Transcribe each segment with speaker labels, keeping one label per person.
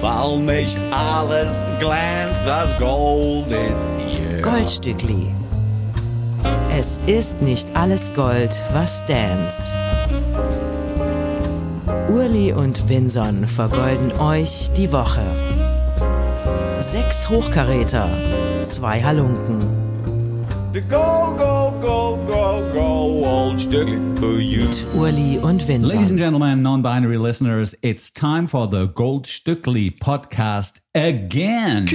Speaker 1: weil mich alles glänzt, das Gold ist hier.
Speaker 2: Goldstückli. Es ist nicht alles Gold, was danst. Urli und Vinson vergolden euch die Woche. Sechs Hochkaräter, zwei Halunken
Speaker 1: Go, go, go, go, go, old Stückli für you.
Speaker 2: mit Urli und
Speaker 3: Ladies and
Speaker 2: Vinson.
Speaker 3: gentlemen, non binary listeners, it's time for the Gold Stückli podcast again.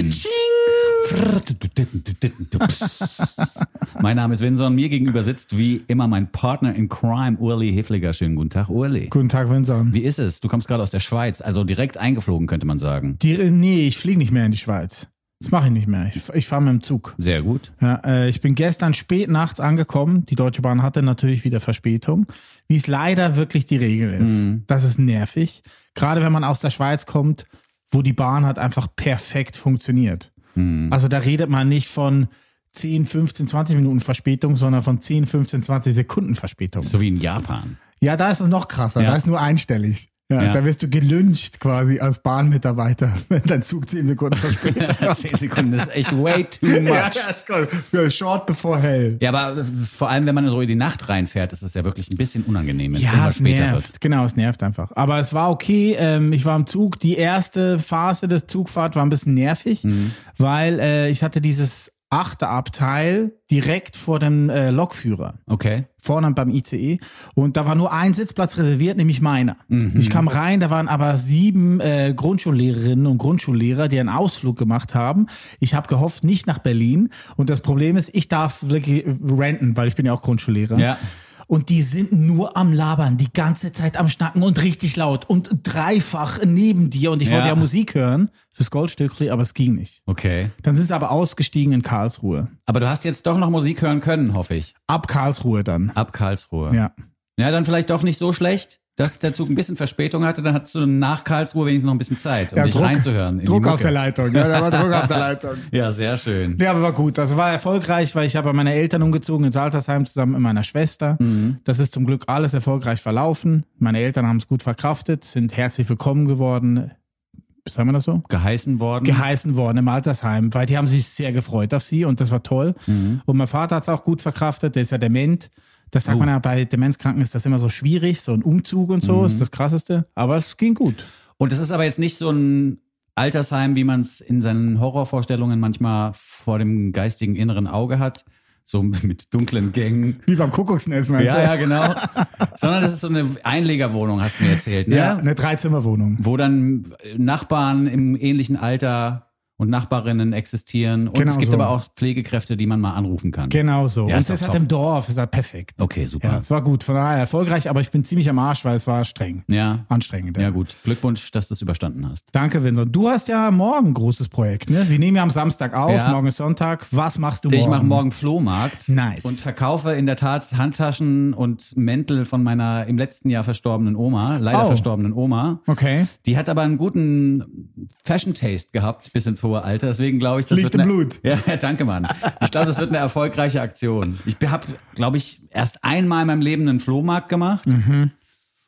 Speaker 3: mein Name ist Vinson, mir gegenüber sitzt wie immer mein Partner in Crime, Urli Hefliger. Schönen guten Tag, Urli.
Speaker 4: Guten Tag, Vincent.
Speaker 3: Wie ist es? Du kommst gerade aus der Schweiz, also direkt eingeflogen, könnte man sagen.
Speaker 4: Die, nee, ich fliege nicht mehr in die Schweiz. Das mache ich nicht mehr. Ich, ich fahre mit dem Zug.
Speaker 3: Sehr gut.
Speaker 4: Ja, äh, ich bin gestern spät nachts angekommen. Die Deutsche Bahn hatte natürlich wieder Verspätung, wie es leider wirklich die Regel ist.
Speaker 3: Mhm.
Speaker 4: Das ist nervig. Gerade wenn man aus der Schweiz kommt, wo die Bahn hat einfach perfekt funktioniert.
Speaker 3: Mhm.
Speaker 4: Also da redet man nicht von 10, 15, 20 Minuten Verspätung, sondern von 10, 15, 20 Sekunden Verspätung.
Speaker 3: So wie in Japan.
Speaker 4: Ja, da ist es noch krasser.
Speaker 3: Ja.
Speaker 4: Da ist nur einstellig. Ja,
Speaker 3: Ja.
Speaker 4: Da wirst du gelünscht quasi als Bahnmitarbeiter, wenn dein Zug zehn Sekunden verspätet hast.
Speaker 3: Zehn Sekunden ist echt way too
Speaker 4: ja,
Speaker 3: much.
Speaker 4: das ist cool. Ja, Short before hell.
Speaker 3: Ja, aber vor allem, wenn man so in die Nacht reinfährt, ist es ja wirklich ein bisschen unangenehm, wenn es immer
Speaker 4: es
Speaker 3: später
Speaker 4: nervt.
Speaker 3: wird.
Speaker 4: Genau, es nervt einfach. Aber es war okay. Ähm, ich war im Zug. Die erste Phase des Zugfahrt war ein bisschen nervig,
Speaker 3: Mhm.
Speaker 4: weil äh, ich hatte dieses achte Abteil direkt vor dem äh, Lokführer.
Speaker 3: Okay.
Speaker 4: vorne beim ICE und da war nur ein Sitzplatz reserviert, nämlich meiner.
Speaker 3: Mhm.
Speaker 4: Ich kam rein, da waren aber sieben äh, Grundschullehrerinnen und Grundschullehrer, die einen Ausflug gemacht haben. Ich habe gehofft, nicht nach Berlin und das Problem ist, ich darf wirklich renten, weil ich bin ja auch Grundschullehrer.
Speaker 3: Ja.
Speaker 4: Und die sind nur am Labern, die ganze Zeit am Schnacken und richtig laut und dreifach neben dir. Und ich
Speaker 3: Ja.
Speaker 4: wollte ja Musik hören fürs Goldstückli, aber es ging nicht.
Speaker 3: Okay.
Speaker 4: Dann sind sie aber ausgestiegen in Karlsruhe.
Speaker 3: Aber du hast jetzt doch noch Musik hören können, hoffe ich.
Speaker 4: Ab Karlsruhe dann.
Speaker 3: Ab Karlsruhe.
Speaker 4: Ja.
Speaker 3: Ja, dann vielleicht doch nicht so schlecht, dass der Zug ein bisschen Verspätung hatte. Dann hattest du nach Karlsruhe wenigstens noch ein bisschen Zeit, um dich reinzuhören. in die
Speaker 4: Druck auf
Speaker 3: Mucke.
Speaker 4: der Leitung. Ja, da war Druck auf der Leitung.
Speaker 3: Ja, sehr schön.
Speaker 4: Ja, aber war gut. Also war erfolgreich, weil ich habe bei meine Eltern umgezogen ins Altersheim zusammen mit meiner Schwester. Das ist zum Glück alles erfolgreich verlaufen. Meine Eltern haben es gut verkraftet, sind herzlich willkommen geworden. Sagen wir das so?
Speaker 3: Geheißen worden.
Speaker 4: Geheißen worden im Altersheim, weil die haben sich sehr gefreut auf sie und das war toll. Und mein Vater hat es auch gut verkraftet, der ist ja dement. Das sagt man ja, bei Demenzkranken ist das immer so schwierig, so ein Umzug und so ist das Krasseste. Aber es ging gut.
Speaker 3: Und es ist aber jetzt nicht so ein Altersheim, wie man es in seinen Horrorvorstellungen manchmal vor dem geistigen inneren Auge hat. So mit dunklen Gängen.
Speaker 4: Wie beim Kuckucksnest, meinst
Speaker 3: Ja,
Speaker 4: du?
Speaker 3: ja, genau. Sondern es ist so eine Einlegerwohnung, hast du mir erzählt, ne?
Speaker 4: Ja, eine Dreizimmerwohnung.
Speaker 3: wo dann Nachbarn im ähnlichen Alter und Nachbarinnen existieren. Und
Speaker 4: Genau
Speaker 3: es gibt
Speaker 4: so.
Speaker 3: aber auch Pflegekräfte, die man mal anrufen kann.
Speaker 4: Genau so.
Speaker 3: Ja,
Speaker 4: und
Speaker 3: ist doch
Speaker 4: das hat
Speaker 3: top.
Speaker 4: im Dorf, ist halt perfekt.
Speaker 3: Okay, super.
Speaker 4: Ja, es war gut, von daher erfolgreich, aber ich bin ziemlich am Arsch, weil es war streng.
Speaker 3: Ja.
Speaker 4: Anstrengend.
Speaker 3: Ja, gut. Glückwunsch, dass du es überstanden hast.
Speaker 4: Danke, Vincent. Du hast ja morgen ein großes Projekt, ne? Wir nehmen ja am Samstag auf,
Speaker 3: Ja.
Speaker 4: morgen ist Sonntag. Was machst du morgen?
Speaker 3: Ich mache morgen Flohmarkt
Speaker 4: Nice.
Speaker 3: und verkaufe in der Tat Handtaschen und Mäntel von meiner im letzten Jahr verstorbenen Oma, leider
Speaker 4: Oh.
Speaker 3: verstorbenen Oma.
Speaker 4: Okay.
Speaker 3: Die hat aber einen guten Fashion Taste gehabt bis ins hohe Alter. Deswegen glaube ich, das
Speaker 4: Liegt
Speaker 3: wird
Speaker 4: im
Speaker 3: eine,
Speaker 4: Blut.
Speaker 3: Ja, danke, Mann. Ich glaube, das wird eine erfolgreiche Aktion. Ich habe, glaube ich, erst einmal in meinem Leben einen Flohmarkt gemacht
Speaker 4: Mhm.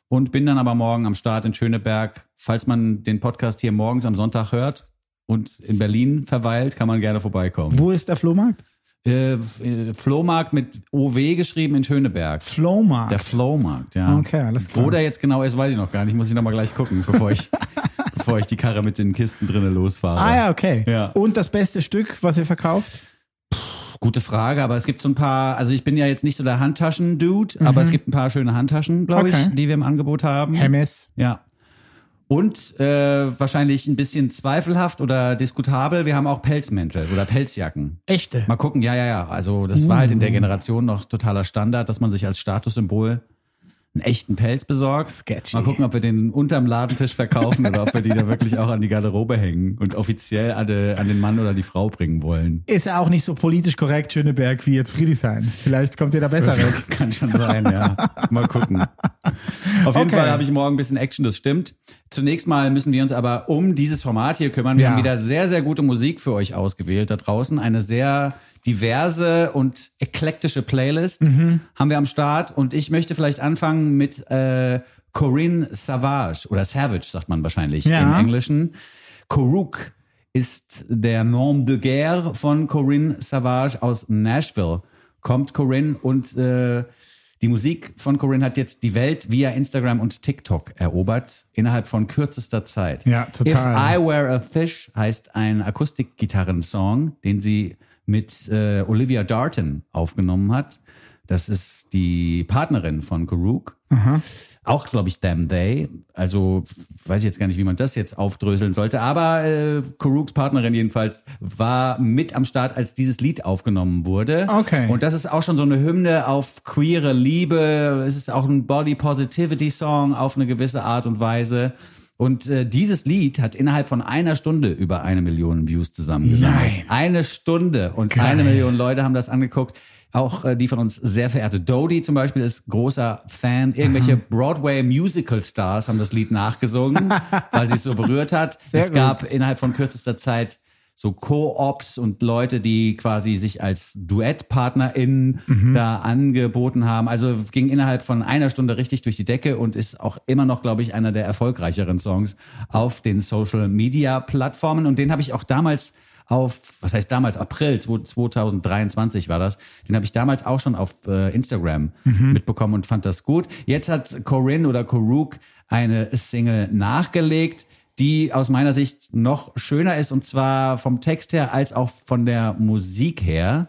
Speaker 3: und bin dann aber morgen am Start in Schöneberg. Falls man den Podcast hier morgens am Sonntag hört und in Berlin verweilt, kann man gerne vorbeikommen.
Speaker 4: Wo ist der Flohmarkt?
Speaker 3: Äh, F- äh, Flohmarkt mit OW geschrieben in Schöneberg.
Speaker 4: Flohmarkt.
Speaker 3: Der Flowmarkt, ja.
Speaker 4: Okay, alles klar.
Speaker 3: Wo der jetzt genau ist, weiß ich noch gar nicht. Muss ich nochmal gleich gucken, bevor ich, bevor ich die Karre mit den Kisten drinnen losfahre.
Speaker 4: ah ja, okay.
Speaker 3: Ja.
Speaker 4: Und das beste Stück, was ihr verkauft?
Speaker 3: Gute Frage, aber es gibt so ein paar, also ich bin ja jetzt nicht so der Handtaschen-Dude, aber es gibt ein paar schöne Handtaschen, glaube
Speaker 4: Mhm. Okay.
Speaker 3: ich, die wir im Angebot haben.
Speaker 4: Hermes.
Speaker 3: Ja. Und äh, wahrscheinlich ein bisschen zweifelhaft oder diskutabel, wir haben auch Pelzmäntel oder Pelzjacken.
Speaker 4: Echte.
Speaker 3: Mal gucken, ja, ja, ja. Also das war halt in der Generation noch totaler Standard, dass man sich als Statussymbol einen echten Pelz besorgt.
Speaker 4: Sketchy.
Speaker 3: Mal gucken, ob wir den unterm Ladentisch verkaufen oder ob wir die da wirklich auch an die Garderobe hängen und offiziell an, de, an den Mann oder die Frau bringen wollen.
Speaker 4: Ist ja auch nicht so politisch korrekt, Schöneberg, wie jetzt Friedrichshain. Vielleicht kommt ihr da besser weg.
Speaker 3: Kann schon sein, ja. Mal gucken. Auf jeden
Speaker 4: Okay.
Speaker 3: Fall habe ich morgen ein bisschen Action, das stimmt. Zunächst mal müssen wir uns aber um dieses Format hier kümmern. Wir
Speaker 4: Ja.
Speaker 3: haben wieder sehr, sehr gute Musik für euch ausgewählt da draußen. Eine sehr diverse und eklektische Playlist
Speaker 4: Mhm.
Speaker 3: haben wir am Start. Und ich möchte vielleicht anfangen mit äh, Corinne Savage oder Savage, sagt man wahrscheinlich
Speaker 4: Ja.
Speaker 3: im Englischen. Koruk ist der Nom de Guerre von Corinne Savage aus Nashville. Kommt Corinne und äh, die Musik von Corinne hat jetzt die Welt via Instagram und TikTok erobert, innerhalb von kürzester Zeit.
Speaker 4: Ja, total.
Speaker 3: If I Were a Fish heißt ein Akustikgitarrensong, den sie mit äh, Olivia Darton aufgenommen hat. Das ist die Partnerin von Karuk. Auch, glaube ich, Damn They. Also weiß ich jetzt gar nicht, wie man das jetzt aufdröseln sollte. Aber äh, Karuks Partnerin jedenfalls war mit am Start, als dieses Lied aufgenommen wurde.
Speaker 4: Okay.
Speaker 3: Und das ist auch schon so eine Hymne auf queere Liebe. Es ist auch ein Body Positivity Song auf eine gewisse Art und Weise. Und äh, dieses Lied hat innerhalb von einer Stunde über eine Million Views zusammengesammelt.
Speaker 4: Nein.
Speaker 3: Eine Stunde und eine Million Leute haben das angeguckt. Auch äh, die von uns sehr verehrte Dodie zum Beispiel ist großer Fan. Irgendwelche Broadway-Musical-Stars haben das Lied nachgesungen, weil sie es so berührt hat. es
Speaker 4: gut.
Speaker 3: gab innerhalb von kürzester Zeit so Co-ops und Leute, die quasi sich als DuettpartnerInnen da angeboten haben. Also ging innerhalb von einer Stunde richtig durch die Decke und ist auch immer noch, glaube ich, einer der erfolgreicheren Songs auf den Social-Media-Plattformen. Und den habe ich auch damals auf, was heißt damals, April 2023 war das, den habe ich damals auch schon auf äh, Instagram mitbekommen und fand das gut. Jetzt hat Corinne oder Koruk eine Single nachgelegt, die aus meiner Sicht noch schöner ist und zwar vom Text her als auch von der Musik her.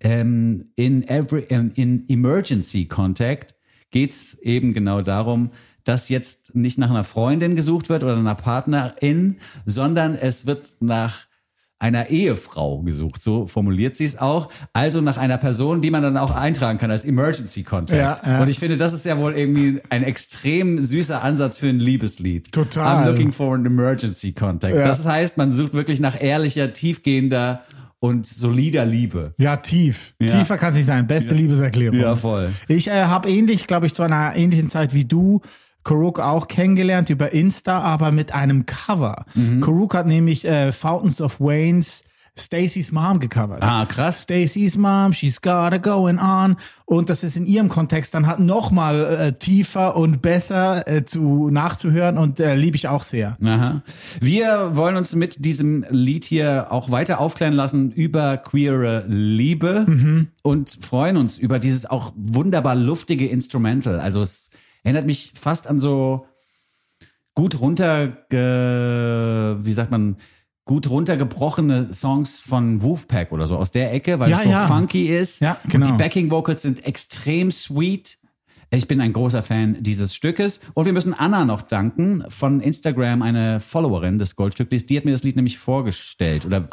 Speaker 3: Ähm, in, every, ähm, in Emergency Contact geht's eben genau darum, dass jetzt nicht nach einer Freundin gesucht wird oder einer Partnerin, sondern es wird nach einer Ehefrau gesucht. So formuliert sie es auch. Also nach einer Person, die man dann auch eintragen kann als Emergency Contact.
Speaker 4: Ja, ja.
Speaker 3: Und ich finde, das ist ja wohl irgendwie ein extrem süßer Ansatz für ein Liebeslied.
Speaker 4: Total.
Speaker 3: I'm looking for an emergency contact.
Speaker 4: Ja.
Speaker 3: Das heißt, man sucht wirklich nach ehrlicher, tiefgehender und solider Liebe.
Speaker 4: Ja, tief. Tiefer kann es nicht sein. Beste Liebeserklärung.
Speaker 3: Ja, voll.
Speaker 4: Ich äh, habe ähnlich, glaube ich, zu einer ähnlichen Zeit wie du Karuk auch kennengelernt über Insta, aber mit einem Cover. Karuk hat nämlich äh, Fountains of Wayne's Stacy's Mom gecovert.
Speaker 3: Ah, krass.
Speaker 4: Stacy's Mom, she's got it going on. Und das ist in ihrem Kontext dann halt nochmal äh, tiefer und besser äh, zu nachzuhören und äh, liebe ich auch sehr.
Speaker 3: Aha. Wir wollen uns mit diesem Lied hier auch weiter aufklären lassen über queere Liebe
Speaker 4: Mhm.
Speaker 3: und freuen uns über dieses auch wunderbar luftige Instrumental. Also es erinnert mich fast an so gut runterge, wie sagt man, gut runtergebrochene Songs von Wolfpack oder so aus der Ecke, weil
Speaker 4: Ja,
Speaker 3: es so
Speaker 4: ja.
Speaker 3: funky ist.
Speaker 4: Ja,
Speaker 3: Und
Speaker 4: genau.
Speaker 3: die Backing Vocals sind extrem sweet. Ich bin ein großer Fan dieses Stückes. Und wir müssen Anna noch danken von Instagram, eine Followerin des Goldstücklis. Die hat mir das Lied nämlich vorgestellt oder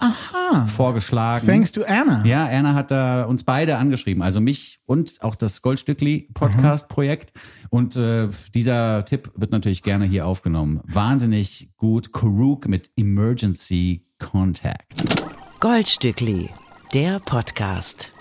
Speaker 3: vorgeschlagen.
Speaker 4: Thanks to Anna.
Speaker 3: Ja, Erna hat da uns beide angeschrieben, also mich und auch das Goldstückli-Podcast-Projekt. Und äh, dieser Tipp wird natürlich gerne hier aufgenommen. Wahnsinnig gut. Kuruk mit Emergency Contact.
Speaker 2: Goldstückli, der Podcast.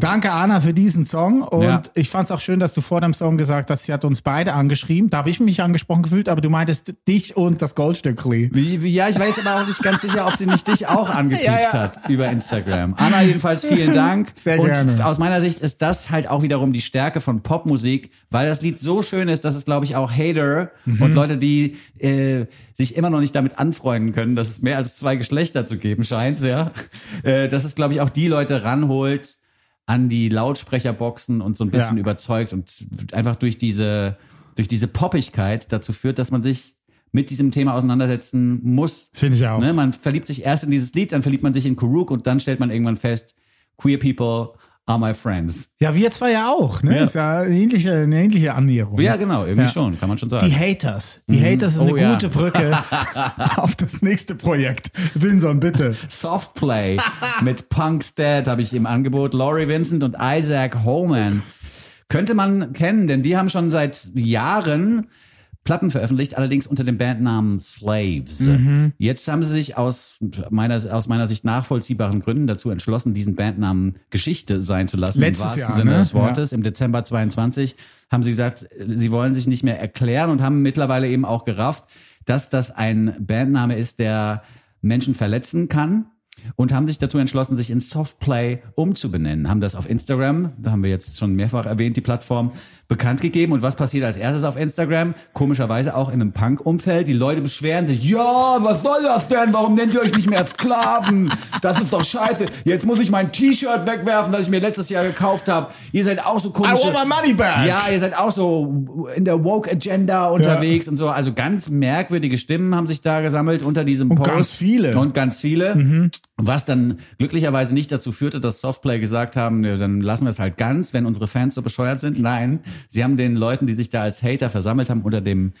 Speaker 4: Danke, Anna, für diesen Song. Und
Speaker 3: Ja.
Speaker 4: ich fand es auch schön, dass du vor dem Song gesagt hast, sie hat uns beide angeschrieben. Da habe ich mich angesprochen gefühlt, aber du meintest dich und das Goldstückli.
Speaker 3: Wie- wie- Ja, ich weiß aber auch nicht ganz sicher, ob sie nicht dich auch angepiekst
Speaker 4: Ja, ja.
Speaker 3: hat über Instagram. Anna, jedenfalls vielen Dank.
Speaker 4: Sehr
Speaker 3: und
Speaker 4: gerne.
Speaker 3: f- aus meiner Sicht ist das halt auch wiederum die Stärke von Popmusik, weil das Lied so schön ist, dass es, glaube ich, auch Hater
Speaker 4: Mhm.
Speaker 3: und Leute, die äh, sich immer noch nicht damit anfreunden können, dass es mehr als zwei Geschlechter zu geben scheint, ja, äh, dass es, glaube ich, auch die Leute ranholt an die Lautsprecherboxen und so ein bisschen
Speaker 4: Ja.
Speaker 3: überzeugt und einfach durch diese, durch diese Poppigkeit dazu führt, dass man sich mit diesem Thema auseinandersetzen muss.
Speaker 4: Finde ich auch.
Speaker 3: Ne? Man verliebt sich erst in dieses Lied, dann verliebt man sich in Kuruk und dann stellt man irgendwann fest, queer people are my friends.
Speaker 4: Ja, wir zwei ja auch. Ne?
Speaker 3: Ja.
Speaker 4: Ist ja eine ähnliche, eine ähnliche Annäherung.
Speaker 3: Ja, genau, irgendwie
Speaker 4: Ja.
Speaker 3: schon, kann man schon
Speaker 4: Die
Speaker 3: sagen.
Speaker 4: Haters. Die Haters ist
Speaker 3: Oh,
Speaker 4: eine
Speaker 3: ja.
Speaker 4: gute Brücke auf das nächste Projekt. Winson, bitte.
Speaker 3: Softplay mit Punk's Dad habe ich im Angebot. Laurie Vincent und Isaac Holman. Könnte man kennen, denn die haben schon seit Jahren Platten veröffentlicht, allerdings unter dem Bandnamen Slaves.
Speaker 4: Mhm.
Speaker 3: Jetzt haben sie sich aus meiner, aus meiner Sicht nachvollziehbaren Gründen dazu entschlossen, diesen Bandnamen Geschichte sein zu lassen.
Speaker 4: Letztes
Speaker 3: Im wahrsten
Speaker 4: Jahr,
Speaker 3: Sinne
Speaker 4: ne?
Speaker 3: des Wortes. Im Dezember 22 haben sie gesagt, sie wollen sich nicht mehr erklären und haben mittlerweile eben auch gerafft, dass das ein Bandname ist, der Menschen verletzen kann. Und haben sich dazu entschlossen, sich in Softplay umzubenennen. Haben das auf Instagram, da haben wir jetzt schon mehrfach erwähnt, die Plattform, bekannt gegeben. Und was passiert als erstes auf Instagram? Komischerweise auch in einem Punk-Umfeld. Die Leute beschweren sich, ja, was soll das denn? Warum nennt ihr euch nicht mehr Sklaven? Das ist doch scheiße. Jetzt muss ich mein T-Shirt wegwerfen, das ich mir letztes Jahr gekauft habe. Ihr seid auch so komische...
Speaker 4: money back.
Speaker 3: Ja, ihr seid auch so in der Woke-Agenda unterwegs und so. Also ganz merkwürdige Stimmen haben sich da gesammelt unter diesem Post.
Speaker 4: ganz viele.
Speaker 3: Und ganz viele. Was dann glücklicherweise nicht dazu führte, dass Softplay gesagt haben, "Nö, dann lassen wir es halt ganz, wenn unsere Fans so bescheuert sind. Nein, sie haben den Leuten, die sich da als Hater versammelt haben, unter dem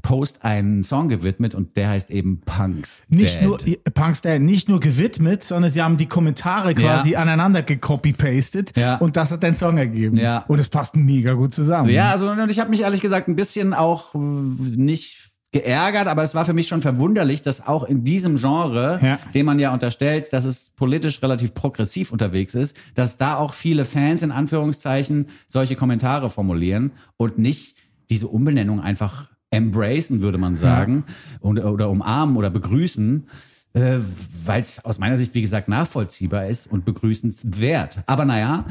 Speaker 3: Post einen Song gewidmet und der heißt eben Punks.
Speaker 4: Nicht
Speaker 3: Dead.
Speaker 4: nur Punks Dad, nicht nur gewidmet, sondern sie haben die Kommentare quasi aneinander gecopy-pastet
Speaker 3: Ja.
Speaker 4: und das hat den Song ergeben.
Speaker 3: Ja.
Speaker 4: Und es passt mega gut zusammen.
Speaker 3: Ja, also und ich habe mich ehrlich gesagt ein bisschen auch äh, nicht geärgert, aber es war für mich schon verwunderlich, dass auch in diesem Genre,
Speaker 4: Ja.
Speaker 3: dem man ja unterstellt, dass es politisch relativ progressiv unterwegs ist, dass da auch viele Fans in Anführungszeichen solche Kommentare formulieren und nicht diese Umbenennung einfach embracen, würde man sagen, und, oder umarmen oder begrüßen. Äh, Weil es aus meiner Sicht, wie gesagt, nachvollziehbar ist und begrüßenswert. Aber naja,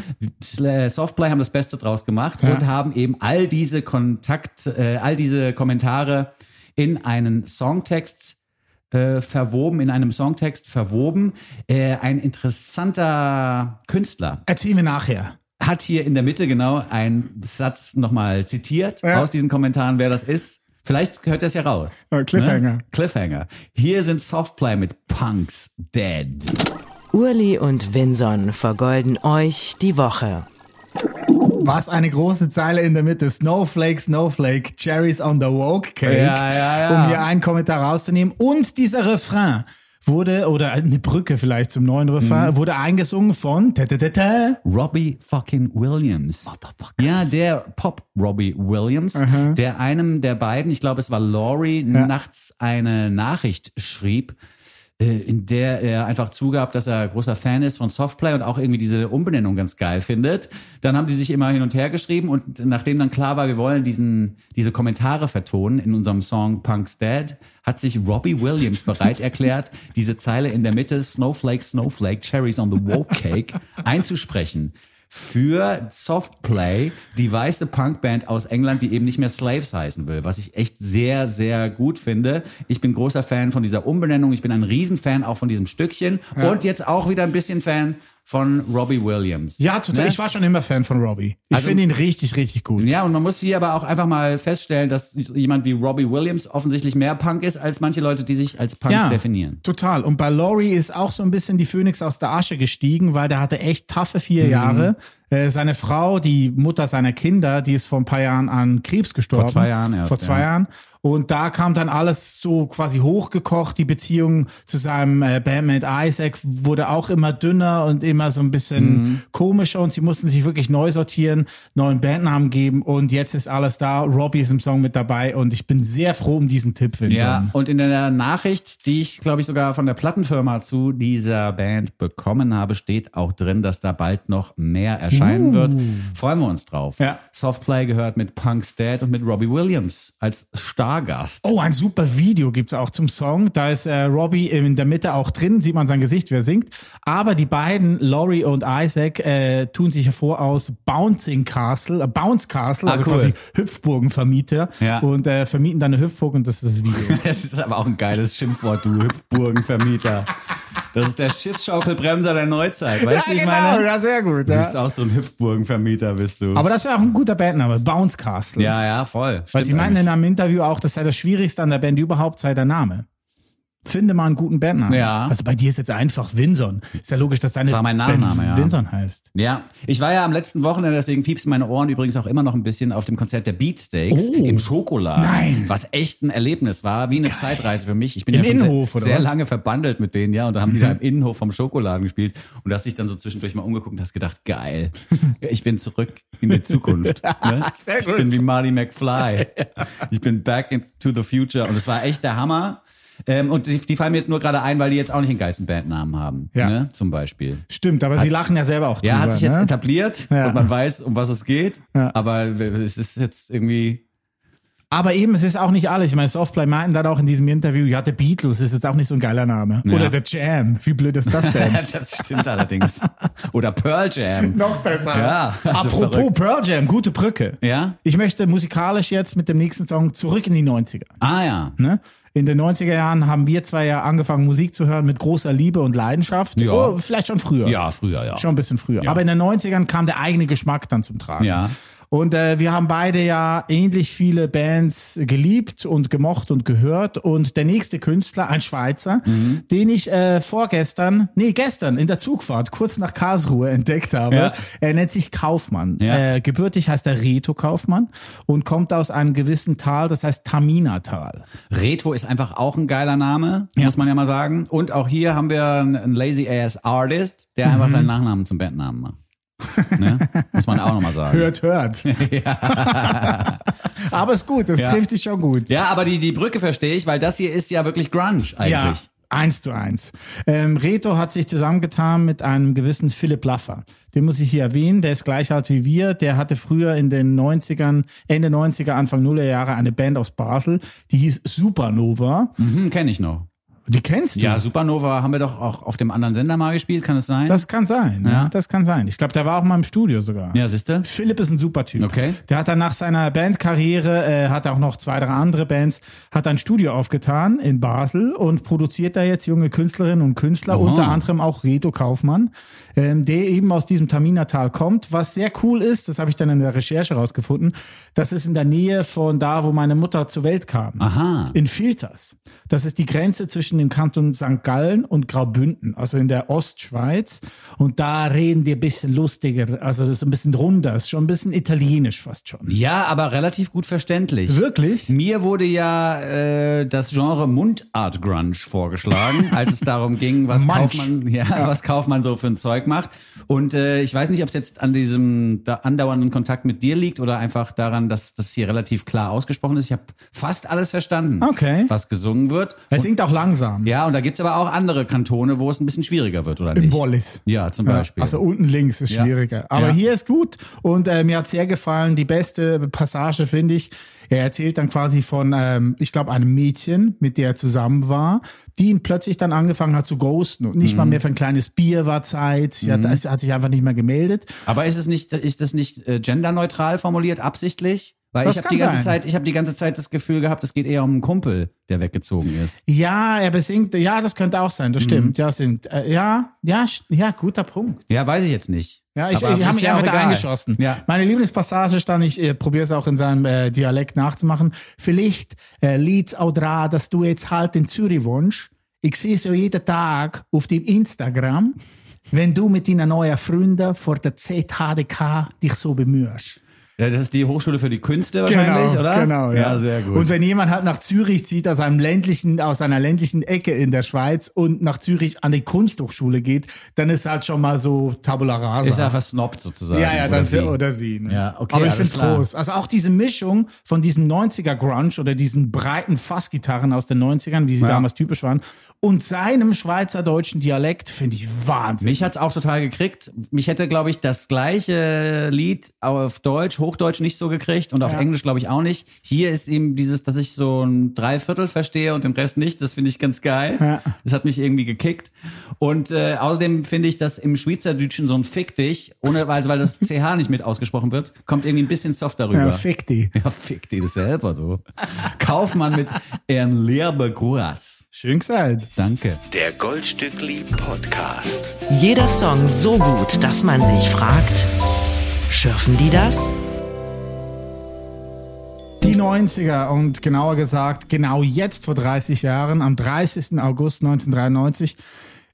Speaker 3: Sl- äh, Softplay haben das Beste draus gemacht
Speaker 4: Ja.
Speaker 3: und haben eben all diese Kontakt, äh, all diese Kommentare in einen Songtext äh, verwoben, in einem Songtext verwoben. Äh, ein interessanter Künstler
Speaker 4: Erzählen wir nachher.
Speaker 3: hat hier in der Mitte genau einen Satz nochmal zitiert
Speaker 4: Ja.
Speaker 3: aus diesen Kommentaren, wer das ist. Vielleicht hört er es ja raus.
Speaker 4: Äh, Cliffhanger.
Speaker 3: Ne? Cliffhanger. Hier sind Softplay mit Punks Dead.
Speaker 2: Urli und Vinson vergolden euch die Woche.
Speaker 4: Was eine große Zeile in der Mitte. Snowflake, Snowflake, Cherries on the Woke Cake.
Speaker 3: Ja, ja, ja.
Speaker 4: Um hier einen Kommentar rauszunehmen. Und dieser Refrain wurde, oder eine Brücke vielleicht zum neuen Refrain,
Speaker 3: Mhm.
Speaker 4: wurde eingesungen von ta -ta -ta -ta,
Speaker 3: Robbie fucking Williams. Ja, der Pop Robbie Williams, der einem der beiden, ich glaube es war Laurie, nachts eine Nachricht schrieb, äh, in der er einfach zugab, dass er großer Fan ist von Softplay und auch irgendwie diese Umbenennung ganz geil findet. Dann haben die sich immer hin und her geschrieben und nachdem dann klar war, wir wollen diesen, diese Kommentare vertonen in unserem Song Punk's Dead, hat sich Robbie Williams bereit erklärt, diese Zeile in der Mitte Snowflake, Snowflake, Cherries on the Woke Cake einzusprechen für Softplay, die weiße Punkband aus England, die eben nicht mehr Slaves heißen will, was ich echt sehr, sehr gut finde. Ich bin großer Fan von dieser Umbenennung, ich bin ein Riesenfan auch von diesem Stückchen und jetzt auch wieder ein bisschen Fan von Robbie Williams.
Speaker 4: Ja, total.
Speaker 3: Ne?
Speaker 4: Ich war schon immer Fan von Robbie. Ich
Speaker 3: Also-
Speaker 4: finde ihn richtig, richtig gut.
Speaker 3: Ja, und man muss hier aber auch einfach mal feststellen, dass jemand wie Robbie Williams offensichtlich mehr Punk ist als manche Leute, die sich als Punk definieren.
Speaker 4: Total. Und bei Laurie ist auch so ein bisschen die Phoenix aus der Asche gestiegen, weil der hatte echt taffe
Speaker 3: Mhm.
Speaker 4: vier Jahre. Äh, seine Frau, die Mutter seiner Kinder, die ist vor ein paar Jahren an Krebs gestorben.
Speaker 3: zwei Jahren erst,
Speaker 4: Vor zwei
Speaker 3: ja.
Speaker 4: Jahren. Und da kam dann alles so quasi hochgekocht. Die Beziehung zu seinem äh, Bandmate Isaac wurde auch immer dünner und immer so ein bisschen
Speaker 3: Mhm.
Speaker 4: komischer. Und sie mussten sich wirklich neu sortieren, neuen Bandnamen geben. Und jetzt ist alles da. Robbie ist im Song mit dabei. Und ich bin sehr froh um diesen Tipp, Vincent.
Speaker 3: Ja, und in der Nachricht, die ich, glaube ich, sogar von der Plattenfirma zu dieser Band bekommen habe, steht auch drin, dass da bald noch mehr erscheinen wird. Freuen wir uns drauf.
Speaker 4: Uh. Ja.
Speaker 3: Softplay gehört mit Punk's Dad und mit Robbie Williams als Stargast.
Speaker 4: Oh, ein super Video gibt's auch zum Song. Da ist äh, Robbie in der Mitte auch drin, sieht man sein Gesicht, wer singt. Aber die beiden, Laurie und Isaac, äh, tun sich hervor aus Bouncing Castle, äh, Bounce Castle,
Speaker 3: Ah,
Speaker 4: also
Speaker 3: cool.
Speaker 4: quasi Hüpfburgenvermieter.
Speaker 3: Ja.
Speaker 4: Und äh, vermieten dann eine Hüpfburg und das ist das Video.
Speaker 3: Das ist aber auch ein geiles Schimpfwort, du Hüpfburgenvermieter. Das ist der Schiffsschaukelbremser der Neuzeit, weißt du, ich meine?
Speaker 4: ja, sehr gut.
Speaker 3: Du
Speaker 4: Ja.
Speaker 3: bist auch so ein Hüpfburgenvermieter, bist du.
Speaker 4: Aber das wäre auch ein guter Bandname, Bounce Castle.
Speaker 3: ja, ja, voll.
Speaker 4: Weil
Speaker 3: Stimmt
Speaker 4: sie meinten
Speaker 3: eigentlich.
Speaker 4: in einem Interview auch, das sei das Schwierigste an der Band überhaupt, sei der Name. Finde mal einen guten Bandnamen.
Speaker 3: Ja.
Speaker 4: Also bei dir ist jetzt einfach Winson. Ist ja logisch, dass deine
Speaker 3: War mein
Speaker 4: Band
Speaker 3: Nachname, ja.
Speaker 4: Winson heißt.
Speaker 3: Ja, ich war ja am letzten Wochenende, deswegen piepsen meine Ohren übrigens auch immer noch ein bisschen auf dem Konzert der Beatsteaks
Speaker 4: Oh.
Speaker 3: im Schokolad.
Speaker 4: Nein.
Speaker 3: Was echt ein Erlebnis war, wie eine Zeitreise für mich. Ich bin
Speaker 4: Im
Speaker 3: ja schon
Speaker 4: Innenhof,
Speaker 3: sehr,
Speaker 4: oder
Speaker 3: sehr
Speaker 4: was? Mhm.
Speaker 3: lange verbandelt mit denen, ja, und da haben die da im Innenhof vom Schokoladen gespielt und da hast dich dann so zwischendurch mal umgeguckt und hast gedacht, geil, ich bin zurück in die Zukunft. ne?
Speaker 4: Sehr
Speaker 3: ich
Speaker 4: gut.
Speaker 3: bin wie Marty McFly. Ich bin back into the future und es war echt der Hammer. Ähm, und die, die fallen mir jetzt nur gerade ein, weil die jetzt auch nicht den geilsten Bandnamen haben,
Speaker 4: Ja.
Speaker 3: ne? zum Beispiel.
Speaker 4: Stimmt, aber sie lachen ja selber auch drüber.
Speaker 3: Ja, hat sich jetzt
Speaker 4: ne?
Speaker 3: etabliert
Speaker 4: Ja.
Speaker 3: und man weiß, um was es geht.
Speaker 4: Ja.
Speaker 3: Aber es ist jetzt irgendwie
Speaker 4: Aber eben, es ist auch nicht alles. Ich meine, Softplay meinten dann auch in diesem Interview, ja, The Beatles ist jetzt auch nicht so ein geiler Name. Oder The Jam. Wie blöd ist das denn?
Speaker 3: das stimmt allerdings. Oder Pearl Jam.
Speaker 4: Noch besser.
Speaker 3: Ja, also
Speaker 4: Apropos
Speaker 3: verrückt.
Speaker 4: Pearl Jam, gute Brücke.
Speaker 3: Ja?
Speaker 4: Ich möchte musikalisch jetzt mit dem nächsten Song zurück in die 90er.
Speaker 3: Ah ja.
Speaker 4: Ne? In den 90er Jahren haben wir zwei ja angefangen, Musik zu hören mit großer Liebe und Leidenschaft.
Speaker 3: Ja.
Speaker 4: Oh, vielleicht schon früher.
Speaker 3: Ja, früher, ja.
Speaker 4: Schon ein bisschen früher. Aber in den 90ern kam der eigene Geschmack dann zum Tragen.
Speaker 3: Ja.
Speaker 4: Und äh, wir haben beide ja ähnlich viele Bands geliebt und gemocht und gehört. Und der nächste Künstler, ein Schweizer,
Speaker 3: Mhm.
Speaker 4: den ich äh, vorgestern, nee, gestern in der Zugfahrt kurz nach Karlsruhe entdeckt habe.
Speaker 3: Ja.
Speaker 4: Er nennt sich Kaufmann.
Speaker 3: Ja.
Speaker 4: Äh, gebürtig heißt er Reto Kaufmann und kommt aus einem gewissen Tal, das heißt Taminatal.
Speaker 3: Retro ist einfach auch ein geiler Name, muss man ja mal sagen. Und auch hier haben wir einen einen Lazy Ass Artist, der
Speaker 4: Mhm.
Speaker 3: einfach seinen Nachnamen zum Bandnamen macht. ne? Muss man auch nochmal sagen.
Speaker 4: Hört, hört. Aber ist gut, das
Speaker 3: Ja.
Speaker 4: trifft sich schon gut.
Speaker 3: Ja, aber die, die Brücke verstehe ich, weil das hier ist ja wirklich Grunge eigentlich.
Speaker 4: Eins zu eins. Ähm, Reto hat sich zusammengetan mit einem gewissen Philipp Laffer. Den muss ich hier erwähnen, der ist gleich alt wie wir. Der hatte früher in den 90ern, Ende 90er, Anfang Nuller Jahre eine Band aus Basel, die hieß Supernova.
Speaker 3: Mhm, kenne ich noch.
Speaker 4: Die kennst du?
Speaker 3: Ja, Supernova haben wir doch auch auf dem anderen Sender mal gespielt, kann es sein?
Speaker 4: Das kann sein, ja.
Speaker 3: Ja.
Speaker 4: das kann sein. Ich glaube, der war auch mal im Studio sogar.
Speaker 3: ja, siehste?
Speaker 4: Philipp ist ein super Typ.
Speaker 3: Okay.
Speaker 4: Der hat dann nach seiner Bandkarriere, äh, hat auch noch zwei, drei andere Bands, hat ein Studio aufgetan in Basel und produziert da jetzt junge Künstlerinnen und Künstler,
Speaker 3: Oha.
Speaker 4: unter anderem auch Reto Kaufmann, ähm, der eben aus diesem Taminatal kommt. Was sehr cool ist, das habe ich dann in der Recherche rausgefunden, das ist in der Nähe von da, wo meine Mutter zur Welt kam.
Speaker 3: Aha.
Speaker 4: In Filters. Das ist die Grenze zwischen dem Kanton St. Gallen und Graubünden, also in der Ostschweiz. Und da reden wir ein bisschen lustiger, also es ist ein bisschen runder, ist schon ein bisschen italienisch fast schon.
Speaker 3: Ja, aber relativ gut verständlich.
Speaker 4: Wirklich?
Speaker 3: Mir wurde ja äh, das Genre Mundart Grunge vorgeschlagen, als es darum ging, was
Speaker 4: Munch.
Speaker 3: Kaufmann, ja, was Kaufmann so für ein Zeug macht. Und äh, ich weiß nicht, ob es jetzt an diesem da andauernden Kontakt mit dir liegt oder einfach daran, dass das hier relativ klar ausgesprochen ist. Ich habe fast alles verstanden,
Speaker 4: Okay.
Speaker 3: was gesungen wird.
Speaker 4: Es singt auch langsam.
Speaker 3: Ja, und da gibt's aber auch andere Kantone, wo es ein bisschen schwieriger wird, oder
Speaker 4: Im
Speaker 3: nicht?
Speaker 4: Wallis.
Speaker 3: Ja, zum Beispiel.
Speaker 4: Also unten links ist
Speaker 3: Ja.
Speaker 4: schwieriger. Aber
Speaker 3: Ja.
Speaker 4: hier ist gut. Und äh, mir hat sehr gefallen, die beste Passage finde ich. Er erzählt dann quasi von, ähm, ich glaube, einem Mädchen, mit der er zusammen war, die ihn plötzlich dann angefangen hat zu ghosten. Und nicht
Speaker 3: Mhm.
Speaker 4: mal mehr für ein kleines Bier war Zeit. Sie hat, es hat sich einfach nicht mehr gemeldet.
Speaker 3: Aber ist es nicht, ist das nicht äh, genderneutral formuliert, absichtlich? Weil
Speaker 4: Das
Speaker 3: ich habe
Speaker 4: kann
Speaker 3: die ganze
Speaker 4: sein.
Speaker 3: Zeit, ich habe die ganze Zeit das Gefühl gehabt, es geht eher um einen Kumpel, der weggezogen ist.
Speaker 4: Ja, er besingt, ja, das könnte auch sein, das
Speaker 3: Mhm.
Speaker 4: stimmt. Ja, singt. Äh, ja, ja, sch- ja, guter Punkt.
Speaker 3: Ja, weiß ich jetzt nicht.
Speaker 4: Ja, ich,
Speaker 3: Aber
Speaker 4: ich
Speaker 3: ist
Speaker 4: habe mich
Speaker 3: ja auch
Speaker 4: einfach da
Speaker 3: egal.
Speaker 4: eingeschossen.
Speaker 3: Ja.
Speaker 4: Meine Lieblingspassage ist dann, ich äh, probiere es auch in seinem äh, Dialekt nachzumachen. Vielleicht äh, liegt's auch dran, dass du jetzt halt in Zürich wohnst. Ich sehe so jeden Tag auf dem Instagram, wenn du mit deinen neuen Freunden vor der ZHDK dich so bemühst.
Speaker 3: Ja, das ist die Hochschule für die Künste wahrscheinlich, oder?
Speaker 4: Genau, ja.
Speaker 3: ja sehr gut.
Speaker 4: Und wenn jemand halt nach Zürich zieht, aus einem ländlichen, aus einer ländlichen Ecke in der Schweiz und nach Zürich an die Kunsthochschule geht, dann ist halt schon mal so Tabula Rasa.
Speaker 3: ist einfach Snob sozusagen.
Speaker 4: Ja, ja,
Speaker 3: oder
Speaker 4: das
Speaker 3: sie.
Speaker 4: oder sie. Ne?
Speaker 3: Ja, okay,
Speaker 4: Aber ich
Speaker 3: alles
Speaker 4: finde es
Speaker 3: klar.
Speaker 4: groß. Also auch diese Mischung von diesem 90er Grunge oder diesen breiten Fassgitarren aus den 90ern, wie sie
Speaker 3: Ja.
Speaker 4: damals typisch waren, und seinem schweizerdeutschen Dialekt finde ich Wahnsinn.
Speaker 3: Mich hat's auch total gekriegt. Mich hätte, glaube ich, das gleiche Lied auf Deutsch, Hochdeutsch nicht so gekriegt und auf
Speaker 4: Ja.
Speaker 3: Englisch, glaube ich, auch nicht. Hier ist eben dieses, dass ich so ein Dreiviertel verstehe und den Rest nicht. Das finde ich ganz geil. Das hat mich irgendwie gekickt. Und äh, außerdem finde ich, dass im Schweizerdeutschen so ein Fick dich, ohne, also weil das CH nicht mit ausgesprochen wird, kommt irgendwie ein bisschen soft darüber.
Speaker 4: Ja, fick die.
Speaker 3: Ja, fick die, das ist ja selber so. Kaufmann mit Ern Lehrbergruas.
Speaker 4: Schön gesagt.
Speaker 3: Danke.
Speaker 1: Der Goldstückli Podcast.
Speaker 2: Jeder Song so gut, dass man sich fragt, schürfen die das?
Speaker 4: Die 90er und genauer gesagt, genau jetzt vor 30 Jahren, am 30. August 1993,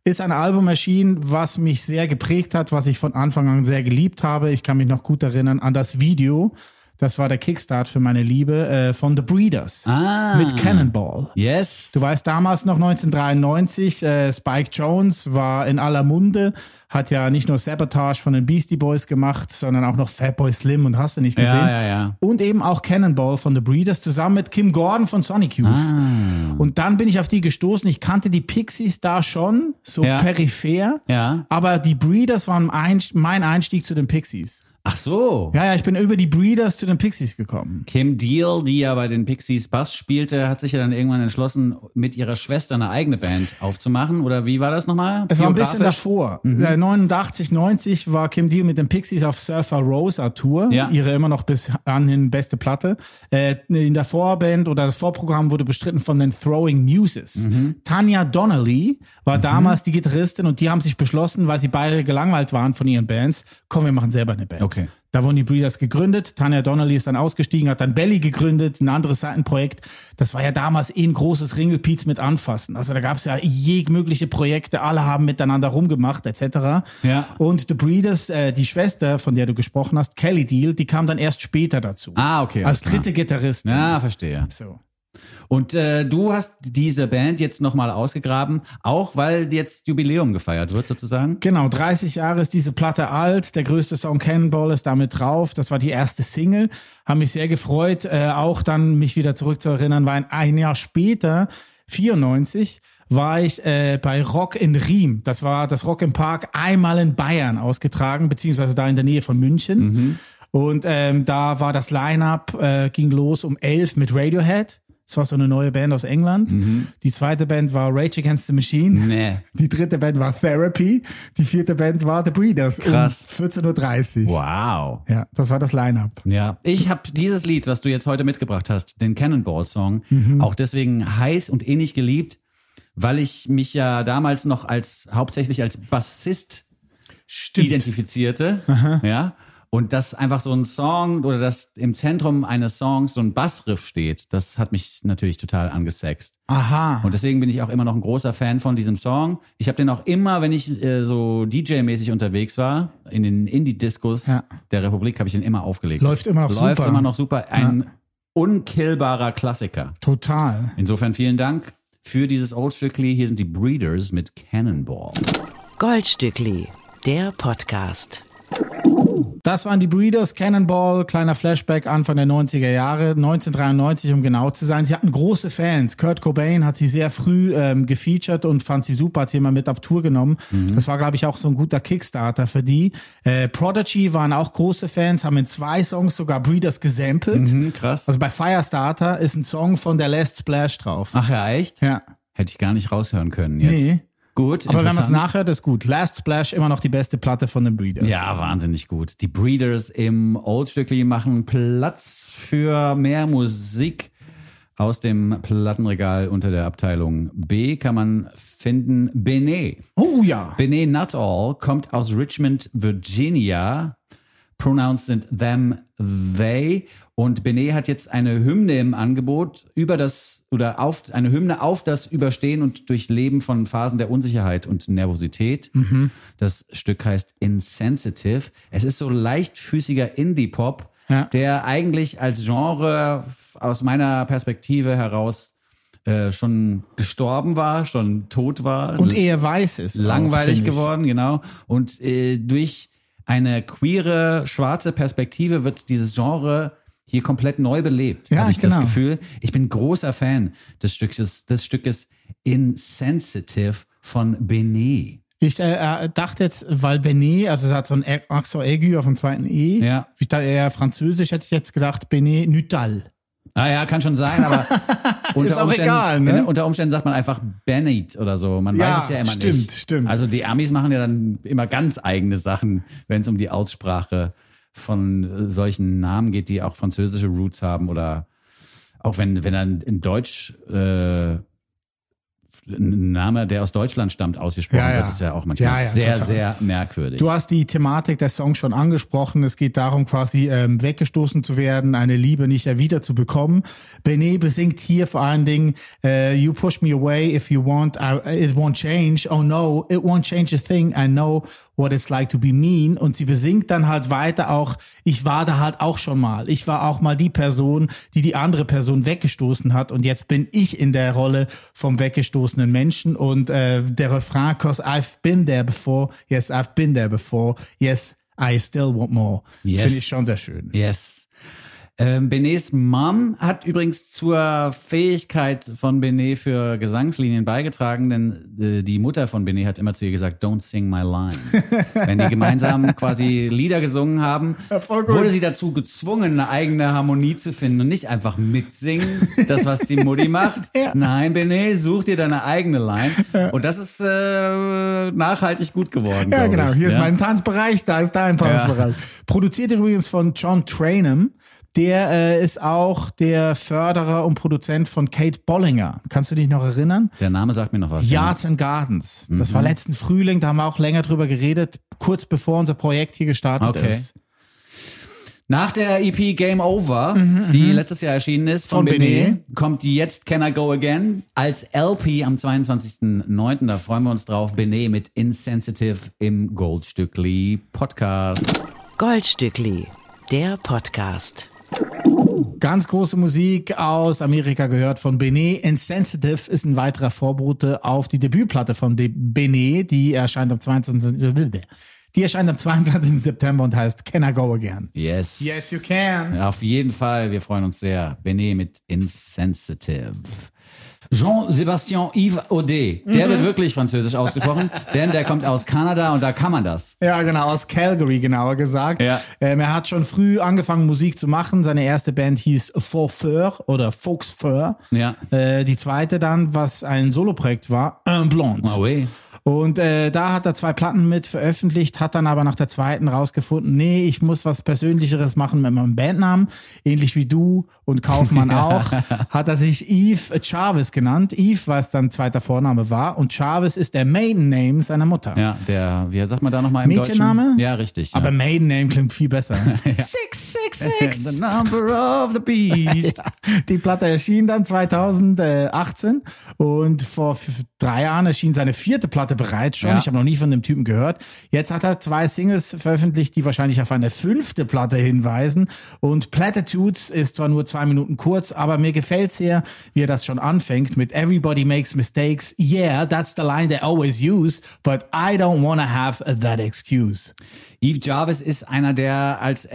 Speaker 4: ist ein Album erschienen, was mich sehr geprägt hat, was ich von Anfang an sehr geliebt habe. Ich kann mich noch gut erinnern an das Video. Das war der Kickstart für meine Liebe äh, von The Breeders
Speaker 3: Ah.
Speaker 4: mit Cannonball.
Speaker 3: Yes.
Speaker 4: Du weißt, damals noch 1993, äh, Spike Jones war in aller Munde, hat ja nicht nur Sabotage von den Beastie Boys gemacht, sondern auch noch Fatboy Slim und hast du nicht gesehen.
Speaker 3: ja, ja.
Speaker 4: Und eben auch Cannonball von The Breeders zusammen mit Kim Gordon von Sonic Youth.
Speaker 3: Ah.
Speaker 4: Und dann bin ich auf die gestoßen. Ich kannte die Pixies da schon, so
Speaker 3: Ja.
Speaker 4: peripher.
Speaker 3: Ja.
Speaker 4: Aber die Breeders waren mein Einst- mein Einstieg zu den Pixies.
Speaker 3: Ach so.
Speaker 4: Ja, ja, ich bin über die Breeders zu den Pixies gekommen.
Speaker 3: Kim Deal, die ja bei den Pixies Bass spielte, hat sich ja dann irgendwann entschlossen, mit ihrer Schwester eine eigene Band aufzumachen. Oder wie war das nochmal?
Speaker 4: Es war ein bisschen
Speaker 3: Biografisch?
Speaker 4: davor.
Speaker 3: Mhm.
Speaker 4: Äh, 89, 90 war Kim Deal mit den Pixies auf Surfer Rosa Tour.
Speaker 3: Ja.
Speaker 4: Ihre immer noch bis anhin beste Platte. Äh, in der Vorband oder das Vorprogramm wurde bestritten von den Throwing Muses.
Speaker 3: Mhm.
Speaker 4: Tanya Donnelly war damals die Gitarristin und die haben sich beschlossen, weil sie beide gelangweilt waren von ihren Bands, komm, wir machen selber eine Band.
Speaker 3: Okay.
Speaker 4: Da wurden die Breeders gegründet. Tanya Donnelly ist dann ausgestiegen, hat dann Belly gegründet, ein anderes Seitenprojekt. Das war ja damals eh ein großes Ringelpiez mit Anfassen. Also da gab es ja jegmögliche Projekte, alle haben miteinander rumgemacht, etc.
Speaker 3: Ja.
Speaker 4: Und The Breeders, äh, die Schwester, von der du gesprochen hast, Kelly Deal, die kam dann erst später dazu.
Speaker 3: Ah, okay.
Speaker 4: als
Speaker 3: alles klar.
Speaker 4: dritte Gitarristin.
Speaker 3: Ja, verstehe.
Speaker 4: So.
Speaker 3: Und äh, du hast diese Band jetzt nochmal ausgegraben, auch weil jetzt Jubiläum gefeiert wird sozusagen.
Speaker 4: Genau, 30 Jahre ist diese Platte alt. Der größte Song Cannonball ist damit drauf. Das war die erste Single. Haben mich sehr gefreut, äh, auch dann mich wieder zurückzuerinnern, weil ein Jahr später, 94, war ich äh, bei Rock in Riem. Das war das Rock im Park einmal in Bayern ausgetragen, beziehungsweise da in der Nähe von München. Und ähm, da war das Line-Up, äh, ging los um 11 mit Radiohead. Das war so eine neue Band aus England. Die zweite Band war Rage Against the Machine.
Speaker 3: Nee.
Speaker 4: Die dritte Band war Therapy, die vierte Band war The Breeders
Speaker 3: Krass.
Speaker 4: um 14.30 Uhr.
Speaker 3: Wow.
Speaker 4: Ja, das war das Line-Up.
Speaker 3: Ja, ich habe dieses Lied, was du jetzt heute mitgebracht hast, den Cannonball Song,
Speaker 4: Mhm.
Speaker 3: auch deswegen heiß und innig geliebt, weil ich mich ja damals noch als hauptsächlich als Bassist identifizierte, ja. Und dass einfach so ein Song oder dass im Zentrum eines Songs so ein Bassriff steht, das hat mich natürlich total angesext.
Speaker 4: Aha.
Speaker 3: Und deswegen bin ich auch immer noch ein großer Fan von diesem Song. Ich habe den auch immer, wenn ich äh, so DJ-mäßig unterwegs war, in den Indie-Discos
Speaker 4: Ja.
Speaker 3: der Republik, habe ich den immer aufgelegt.
Speaker 4: Läuft immer noch
Speaker 3: Läuft
Speaker 4: super.
Speaker 3: immer noch super. Ein unkillbarer Klassiker.
Speaker 4: Total.
Speaker 3: Insofern vielen Dank für dieses Oldstückli. Hier sind die Breeders mit Cannonball.
Speaker 2: Goldstückli, der Podcast.
Speaker 4: Das waren die Breeders, Cannonball, kleiner Flashback Anfang der 90er Jahre, 1993 um genau zu sein. Sie hatten große Fans. Kurt Cobain hat sie sehr früh ähm, gefeatured und fand sie super, hat sie immer mit auf Tour genommen.
Speaker 3: Mhm.
Speaker 4: Das war, glaube ich, auch so ein guter Kickstarter für die. Äh, Prodigy waren auch große Fans, haben in zwei Songs sogar Breeders gesampelt.
Speaker 3: Hm, krass.
Speaker 4: Also bei Firestarter ist ein Song von der Last Splash drauf.
Speaker 3: Ach ja, echt?
Speaker 4: Ja.
Speaker 3: Hätte ich gar nicht raushören können jetzt.
Speaker 4: Nee.
Speaker 3: Gut,
Speaker 4: Aber wenn man es
Speaker 3: interessant.
Speaker 4: nachhört, ist gut. Last Splash immer noch die beste Platte von den Breeders.
Speaker 3: Ja, wahnsinnig gut. Die Breeders im Oldstückli machen Platz für mehr Musik. Aus dem Plattenregal unter der Abteilung B kann man finden Benet.
Speaker 4: Oh ja.
Speaker 3: Benet Nuttall kommt aus Richmond, Virginia. Pronouns sind them, they. Und Benet hat jetzt eine Hymne im Angebot über das oder auf eine Hymne auf das Überstehen und Durchleben von Phasen der Unsicherheit und Nervosität.
Speaker 4: Mhm.
Speaker 3: Das Stück heißt Insensitive. Es ist so leichtfüßiger Indie-Pop,
Speaker 4: Ja.
Speaker 3: der eigentlich als Genre f- aus meiner Perspektive heraus äh, schon gestorben war, schon tot war
Speaker 4: Und eher weiß ist. auch,
Speaker 3: langweilig
Speaker 4: finde ich.
Speaker 3: geworden, genau. Und äh, durch eine queere schwarze Perspektive wird dieses Genre hier komplett neu belebt,
Speaker 4: Ja,
Speaker 3: habe ich das
Speaker 4: genau.
Speaker 3: Gefühl. Ich bin großer Fan des Stückes, des Stückes Insensitive von Benet.
Speaker 4: Ich äh, äh, dachte jetzt, weil Benet, also es hat so ein Ä- Accent aigu auf dem zweiten E.
Speaker 3: Ja.
Speaker 4: Ich dachte eher französisch, hätte ich jetzt gedacht, Benet Nutal.
Speaker 3: Ah ja, kann schon sein, aber unter,
Speaker 4: Ist auch
Speaker 3: Umständen,
Speaker 4: egal, ne?
Speaker 3: in- unter Umständen sagt man einfach Bennett oder so. Man
Speaker 4: Ja,
Speaker 3: weiß es ja immer
Speaker 4: stimmt,
Speaker 3: nicht.
Speaker 4: stimmt.
Speaker 3: Also die Amis machen ja dann immer ganz eigene Sachen, wenn es um die Aussprache von äh, solchen Namen geht, die auch französische Roots haben oder auch wenn, wenn dann in Deutsch äh, ein Name, der aus Deutschland stammt, ausgesprochen
Speaker 4: Ja, ja.
Speaker 3: wird, ist ja auch manchmal
Speaker 4: Ja, ja,
Speaker 3: sehr,
Speaker 4: total.
Speaker 3: sehr merkwürdig.
Speaker 4: Du hast die Thematik des Songs schon angesprochen. Es geht darum, quasi ähm, weggestoßen zu werden, eine Liebe nicht erwidert zu bekommen. Benet besingt hier vor allen Dingen äh, You push me away if you want, I, it won't change. Oh no, it won't change a thing. I know what it's like to be mean. Und sie besingt dann halt weiter auch, ich war da halt auch schon mal. Ich war auch mal die Person, die die andere Person weggestoßen hat. Und jetzt bin ich in der Rolle vom weggestoßenen Menschen. Und äh, der Refrain, cause I've been there before. Yes, I've been there before. Yes, I still want more.
Speaker 3: Yes.
Speaker 4: Finde ich schon sehr schön.
Speaker 3: Yes. Äh, Ähm, Benés Mom hat übrigens zur Fähigkeit von Benet für Gesangslinien beigetragen, denn äh, die Mutter von Benet hat immer zu ihr gesagt, don't sing my line. Wenn die gemeinsam quasi Lieder gesungen haben,
Speaker 4: voll gut.
Speaker 3: wurde sie dazu gezwungen, eine eigene Harmonie zu finden und nicht einfach mitsingen, das, was die Mutti macht. Nein, Benet, such dir deine eigene Line. Und das ist äh, nachhaltig gut geworden.
Speaker 4: Ja,
Speaker 3: glaub
Speaker 4: genau.
Speaker 3: ich.
Speaker 4: Hier ist
Speaker 3: Ja.
Speaker 4: mein Tanzbereich, da ist dein Tanzbereich. Produziert übrigens von John Trainum. Der äh, ist auch der Förderer und Produzent von Kate Bollinger. Kannst du dich noch erinnern?
Speaker 3: Der Name sagt mir noch was.
Speaker 4: Yards and Gardens. Das
Speaker 3: Mhm.
Speaker 4: war letzten Frühling, da haben wir auch länger drüber geredet, kurz bevor unser Projekt hier gestartet
Speaker 3: Okay.
Speaker 4: ist.
Speaker 3: Nach der EP Game Over, die letztes Jahr erschienen ist, von,
Speaker 4: Mhm, Von
Speaker 3: Benet,
Speaker 4: Benet.
Speaker 3: kommt die Jetzt Can I Go Again als LP am 22.09. Da freuen wir uns drauf. Benet mit Insensitive im Goldstückli Podcast.
Speaker 2: Goldstückli, der Podcast.
Speaker 4: Ganz große Musik aus Amerika gehört von Benet. Insensitive ist ein weiterer Vorbote auf die Debütplatte von De Benet, die erscheint am 22. Die erscheint am 22. September und heißt Can I Go Again?
Speaker 3: Yes.
Speaker 4: Yes, you can.
Speaker 3: Ja, Auf jeden Fall, wir freuen uns sehr. Benet mit Insensitive. Jean-Sébastien Yves Audet, der
Speaker 4: Mhm.
Speaker 3: wird wirklich französisch ausgesprochen, denn der kommt aus Kanada und da kann man das.
Speaker 4: Ja, genau, aus Calgary genauer gesagt.
Speaker 3: Ja.
Speaker 4: Ähm, er hat schon früh angefangen, Musik zu machen. Seine erste Band hieß Faux-Feur oder Fox-Feur.
Speaker 3: Ja.
Speaker 4: Äh, die zweite dann, was ein Soloprojekt war, Un Blond.
Speaker 3: Oh, weh.
Speaker 4: Und äh, da hat er zwei Platten mit veröffentlicht, hat dann aber nach der zweiten rausgefunden, nee, ich muss was Persönlicheres machen mit meinem Bandnamen, ähnlich wie du und Kaufmann auch, hat er sich Eve Chavez genannt. Eve, was dann zweiter Vorname war und Chavez ist der Maiden Name seiner Mutter.
Speaker 3: Ja, der, wie sagt man da nochmal im
Speaker 4: Mädchenname?
Speaker 3: Deutschen? Ja, richtig.
Speaker 4: Aber
Speaker 3: ja.
Speaker 4: Maiden Name klingt viel besser.
Speaker 3: Six, six, six. The number of the beast.
Speaker 4: Die Platte erschien dann 2018 und vor f- drei Jahren erschien seine vierte Platte bereits schon.
Speaker 3: Ja.
Speaker 4: Ich habe noch nie von dem Typen gehört. Jetzt hat er zwei Singles veröffentlicht, die wahrscheinlich auf eine fünfte Platte hinweisen. Und Platitudes ist zwar nur zwei Minuten kurz, aber mir gefällt sehr, wie er das schon anfängt mit Everybody makes mistakes. Yeah, that's the line they always use, but I don't wanna have that excuse.
Speaker 3: Eve Jarvis ist einer, der als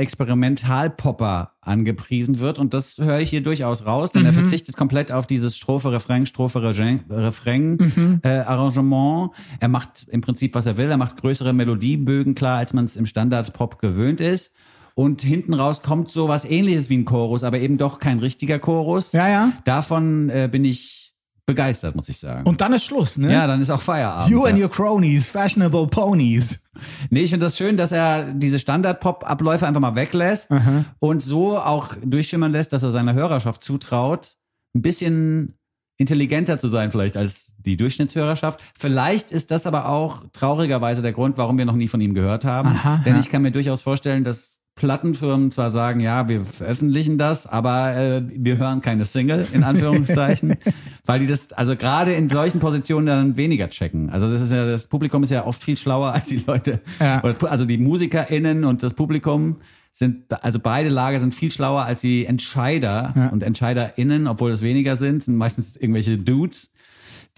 Speaker 3: Experimentalpopper angepriesen wird und das höre ich hier durchaus raus, denn er
Speaker 4: Mhm.
Speaker 3: verzichtet komplett auf dieses Strophe, Refrain, Strophe, Regain- Refrain
Speaker 4: Mhm.
Speaker 3: äh, Arrangement. Er macht im Prinzip, was er will. Er macht größere Melodiebögen klar, als man es im Standard-Pop gewöhnt ist. Und hinten raus kommt so was ähnliches wie ein Chorus, aber eben doch kein richtiger Chorus.
Speaker 4: Ja, ja.
Speaker 3: Davon äh, bin ich begeistert, muss ich sagen.
Speaker 4: Und dann ist Schluss, ne?
Speaker 3: Ja, dann ist auch Feierabend.
Speaker 4: You
Speaker 3: ja.
Speaker 4: and your cronies, fashionable ponies.
Speaker 3: Nee, ich finde das schön, dass er diese Standard-Pop-Abläufe einfach mal weglässt und so auch durchschimmern lässt, dass er seiner Hörerschaft zutraut, ein bisschen intelligenter zu sein vielleicht als die Durchschnittshörerschaft. Vielleicht ist das aber auch traurigerweise der Grund, warum wir noch nie von ihm gehört haben. Denn ich kann mir durchaus vorstellen, dass Plattenfirmen zwar sagen, ja, wir veröffentlichen das, aber äh, wir hören keine Single, in Anführungszeichen, weil die das, also gerade in solchen Positionen dann weniger checken. Also das ist ja, das Publikum ist ja oft viel schlauer als die Leute.
Speaker 4: Ja.
Speaker 3: Oder das Pu- Also die MusikerInnen und das Publikum sind, also beide Lager sind viel schlauer als die Entscheider und EntscheiderInnen, obwohl es weniger sind, sind meistens irgendwelche Dudes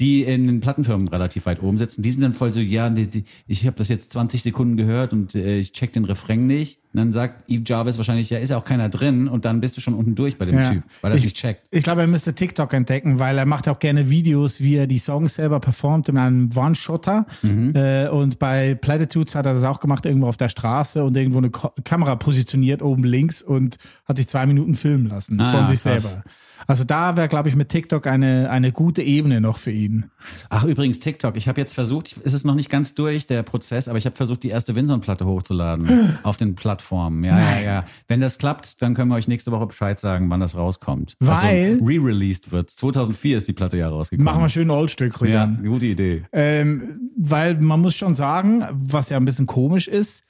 Speaker 3: die in den Plattenfirmen relativ weit oben sitzen, die sind dann voll so, ja, die, die, ich habe das jetzt 20 Sekunden gehört und äh, ich check den Refrain nicht. Und dann sagt Eve Jarvis wahrscheinlich, ja, ist ja auch keiner drin und dann bist du schon unten durch bei dem
Speaker 4: Ja.
Speaker 3: Typ, weil er es
Speaker 4: Ich-
Speaker 3: nicht checkt.
Speaker 4: Ich glaube, er müsste TikTok entdecken, weil er macht auch gerne Videos, wie er die Songs selber performt in einem One-Shotter.
Speaker 3: Mhm.
Speaker 4: Äh, und bei Platitudes hat er das auch gemacht, irgendwo auf der Straße und irgendwo eine Ko Kamera positioniert oben links und hat sich zwei Minuten filmen lassen
Speaker 3: Ah,
Speaker 4: von sich
Speaker 3: krass.
Speaker 4: selber. Also da wäre, glaube ich, mit TikTok eine, eine gute Ebene noch für ihn.
Speaker 3: Ach, übrigens, TikTok. Ich habe jetzt versucht, ich- es ist noch nicht ganz durch, der Prozess, aber ich habe versucht, die erste Winson-Platte hochzuladen auf den Plattformen. Ja, ja, ja. Wenn das klappt, dann können wir euch nächste Woche Bescheid sagen, wann das rauskommt.
Speaker 4: Weil-
Speaker 3: Also, re-released wird. 2004 ist die Platte ja rausgekommen.
Speaker 4: Machen wir schön Oldstück
Speaker 3: Ja,
Speaker 4: rein.
Speaker 3: gute Idee.
Speaker 4: Ähm, weil man muss schon sagen, was ja ein bisschen komisch ist,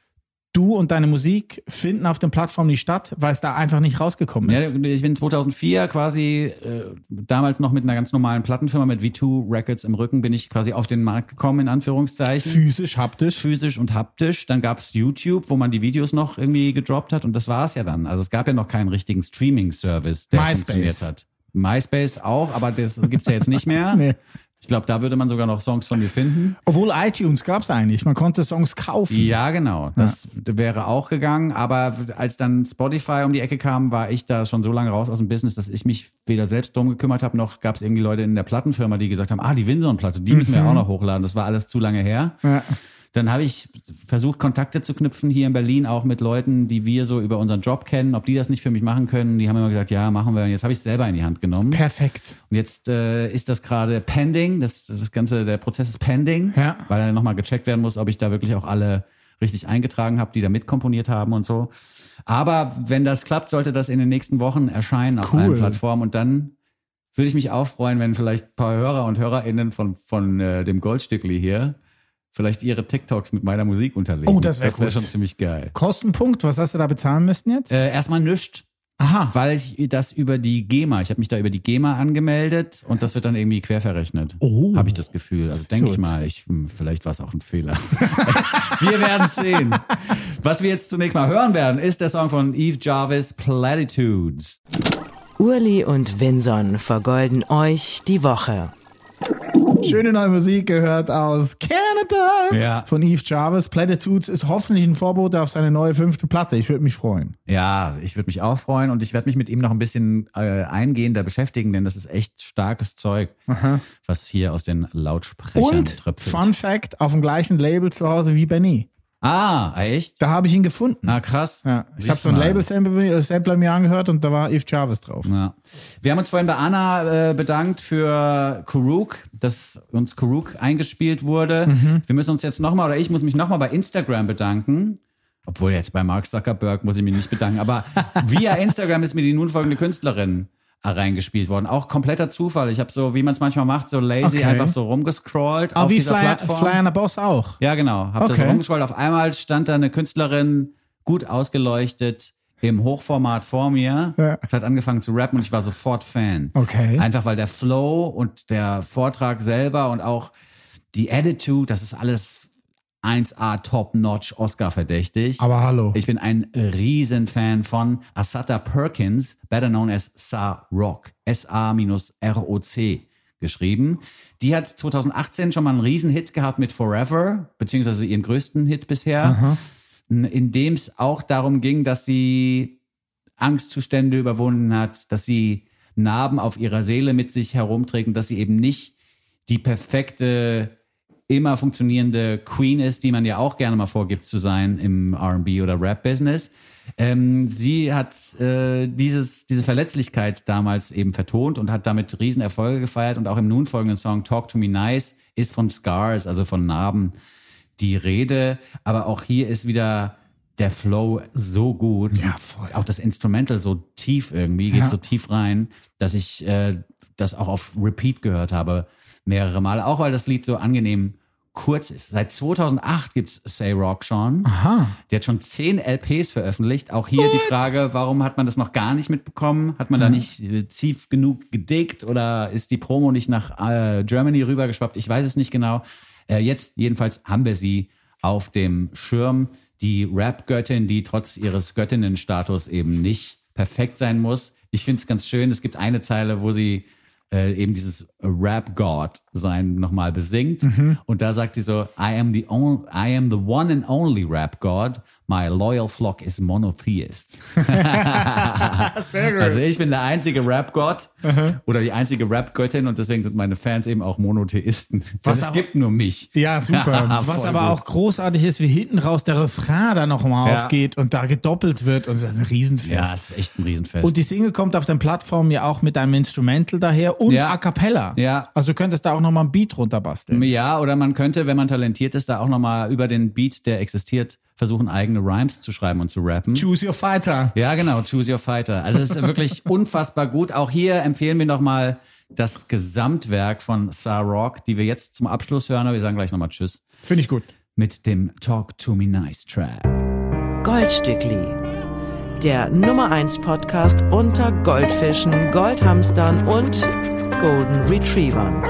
Speaker 4: du und deine Musik finden auf den Plattformen nicht statt, weil es da einfach nicht rausgekommen ist.
Speaker 3: Ja, ich bin 2004 quasi, äh, damals noch mit einer ganz normalen Plattenfirma, mit V2 Records im Rücken, bin ich quasi auf den Markt gekommen, in Anführungszeichen.
Speaker 4: Physisch, haptisch.
Speaker 3: Physisch und haptisch. Dann gab es YouTube, wo man die Videos noch irgendwie gedroppt hat und das war es ja dann. Also es gab ja noch keinen richtigen Streaming-Service, der
Speaker 4: MySpace.
Speaker 3: funktioniert hat. MySpace auch, aber das gibt's ja jetzt nicht mehr.
Speaker 4: Nee.
Speaker 3: Ich glaube, da würde man sogar noch Songs von mir finden.
Speaker 4: Obwohl iTunes gab es eigentlich. Man konnte Songs kaufen.
Speaker 3: Ja, genau. Das wäre auch gegangen. Aber als dann Spotify um die Ecke kam, war ich da schon so lange raus aus dem Business, dass ich mich weder selbst drum gekümmert habe, noch gab es irgendwie Leute in der Plattenfirma, die gesagt haben, ah, die Winson-Platte, die müssen wir auch noch hochladen. Das war alles zu lange her. Dann habe ich versucht, Kontakte zu knüpfen hier in Berlin, auch mit Leuten, die wir so über unseren Job kennen, ob die das nicht für mich machen können. Die haben immer gesagt, ja, machen wir. Und jetzt habe ich es selber in die Hand genommen.
Speaker 4: Perfekt.
Speaker 3: Und jetzt äh, ist das gerade pending. Das, das Ganze, der Prozess ist pending,
Speaker 4: Ja.
Speaker 3: weil dann nochmal gecheckt werden muss, ob ich da wirklich auch alle richtig eingetragen habe, die da mitkomponiert haben und so. Aber wenn das klappt, sollte das in den nächsten Wochen erscheinen auf
Speaker 4: Cool.
Speaker 3: allen Plattformen. Und dann würde ich mich auch freuen, wenn vielleicht ein paar Hörer und HörerInnen von, von äh, dem Goldstückli hier vielleicht ihre TikToks mit meiner Musik unterlegen.
Speaker 4: Oh, das wär
Speaker 3: Das wäre
Speaker 4: gut.
Speaker 3: schon ziemlich geil.
Speaker 4: Kostenpunkt, was hast du da bezahlen müssen jetzt?
Speaker 3: Äh, erstmal nischt.
Speaker 4: Aha.
Speaker 3: Weil ich das über die GEMA, ich habe mich da über die GEMA angemeldet und das wird dann irgendwie quer verrechnet.
Speaker 4: Oh.
Speaker 3: Habe ich das Gefühl. Also denke ich
Speaker 4: gut.
Speaker 3: mal, ich, hm, vielleicht war es auch ein Fehler. wir werden sehen. Was wir jetzt zunächst mal hören werden, ist der Song von Eve Jarvis, Platitudes.
Speaker 2: Urli und Vinson vergolden euch die Woche.
Speaker 4: Schöne neue Musik gehört aus Canada
Speaker 3: Ja.
Speaker 4: von Eve Jarvis. Platitudes ist hoffentlich ein Vorbote auf seine neue fünfte Platte. Ich würde mich freuen.
Speaker 3: Ja, ich würde mich auch freuen und ich werde mich mit ihm noch ein bisschen äh, eingehender beschäftigen, denn das ist echt starkes Zeug, was hier aus den Lautsprechern
Speaker 4: Und
Speaker 3: tröpfelt.
Speaker 4: Fun Fact, auf dem gleichen Label zu Hause wie Benny.
Speaker 3: ah, echt?
Speaker 4: Da habe ich ihn gefunden.
Speaker 3: Na krass.
Speaker 4: Ja, ich habe
Speaker 3: Siehst
Speaker 4: so ein
Speaker 3: mal.
Speaker 4: Label-Sample Sampler mir angehört und da war Eve Jarvis drauf.
Speaker 3: Ja. Wir haben uns vorhin bei Anna äh, bedankt für Kuruk, dass uns Kuruk eingespielt wurde.
Speaker 4: Mhm.
Speaker 3: Wir müssen uns jetzt nochmal, oder ich muss mich nochmal bei Instagram bedanken. Obwohl jetzt bei Mark Zuckerberg muss ich mich nicht bedanken, aber via Instagram ist mir die nun folgende Künstlerin äh, reingespielt worden. Auch kompletter Zufall. Ich habe so, wie man es manchmal macht, so lazy
Speaker 4: Okay.
Speaker 3: einfach so rumgescrollt
Speaker 4: Aber
Speaker 3: auf
Speaker 4: Ah, wie
Speaker 3: dieser
Speaker 4: Flyer,
Speaker 3: Plattform.
Speaker 4: Flyer and the Boss auch.
Speaker 3: Ja, genau. Hab das
Speaker 4: Okay.
Speaker 3: rumgescrollt. Auf einmal stand da eine Künstlerin, gut ausgeleuchtet, im Hochformat vor mir.
Speaker 4: Ja.
Speaker 3: Hat angefangen zu rappen und ich war sofort Fan.
Speaker 4: Okay.
Speaker 3: Einfach weil der Flow und der Vortrag selber und auch die Attitude, das ist alles 1A Top-Notch Oscar-verdächtig.
Speaker 4: Aber hallo.
Speaker 3: Ich bin ein Riesenfan von Asata Perkins, better known as Sa Rock. S-A-R-O-C geschrieben. Die hat 2018 schon mal einen Riesenhit gehabt mit Forever, beziehungsweise ihren größten Hit bisher, in dem es auch darum ging, dass sie Angstzustände überwunden hat, dass sie Narben auf ihrer Seele mit sich herumträgt und dass sie eben nicht die perfekte immer funktionierende Queen ist, die man ja auch gerne mal vorgibt zu sein im RB oder Rap-Business. Ähm, sie hat äh, dieses, diese Verletzlichkeit damals eben vertont und hat damit riesen Erfolge gefeiert. Und auch im nun folgenden Song Talk to Me Nice ist von Scars, also von Narben, die Rede. Aber auch hier ist wieder der Flow so gut.
Speaker 4: Ja, voll.
Speaker 3: Auch das Instrumental so tief irgendwie, geht
Speaker 4: Ja.
Speaker 3: so tief rein, dass ich äh, das auch auf Repeat gehört habe mehrere Male. Auch weil das Lied so angenehm kurz ist. Seit 2008 gibt's Say Rock schon. Aha. Der hat schon zehn LPs veröffentlicht. Auch hier die Frage, warum hat man das noch gar nicht mitbekommen? Hat man da nicht äh, tief genug gedickt oder ist die Promo nicht nach äh, Germany rübergeschwappt? Ich weiß es nicht genau. Äh, jetzt jedenfalls haben wir sie auf dem Schirm. Die Rap-Göttin, die trotz ihres Göttinnenstatus eben nicht perfekt sein muss. Ich finde es ganz schön. Es gibt eine Zeile, wo sie äh, eben dieses Rap God sein nochmal besingt.
Speaker 4: Mhm.
Speaker 3: Und da sagt sie so, I am the on, I am the one and only Rap God. My loyal flock is monotheist.
Speaker 4: Sehr gut.
Speaker 3: Also ich bin der einzige Rap God oder die einzige Rap Göttin und deswegen sind meine Fans eben auch Monotheisten.
Speaker 4: Was
Speaker 3: Was es
Speaker 4: auch-
Speaker 3: gibt nur mich.
Speaker 4: ja, super. Was
Speaker 3: Voll
Speaker 4: aber
Speaker 3: gut.
Speaker 4: auch großartig ist, wie hinten raus der Refrain da nochmal
Speaker 3: Ja.
Speaker 4: aufgeht und da gedoppelt wird und das ist ein Riesenfest.
Speaker 3: Ja, es ist echt ein Riesenfest.
Speaker 4: Und die Single kommt auf den Plattformen ja auch mit einem Instrumental daher und
Speaker 3: Ja.
Speaker 4: a cappella.
Speaker 3: Ja.
Speaker 4: Also du könntest da auch nochmal ein Beat runterbasteln.
Speaker 3: Ja, oder man könnte, wenn man talentiert ist, da auch nochmal über den Beat, der existiert, versuchen, eigene Rhymes zu schreiben und zu rappen.
Speaker 4: Choose your fighter.
Speaker 3: Ja, genau, Choose Your Fighter. Also es ist wirklich unfassbar gut. Auch hier empfehlen wir nochmal das Gesamtwerk von Sar Rock, die wir jetzt zum Abschluss hören, aber wir sagen gleich nochmal Tschüss
Speaker 4: Finde ich gut.
Speaker 3: mit dem Talk to Me Nice Track.
Speaker 2: Goldstückli. Der Nummer 1 Podcast unter Goldfischen, Goldhamstern und Golden Retrievern.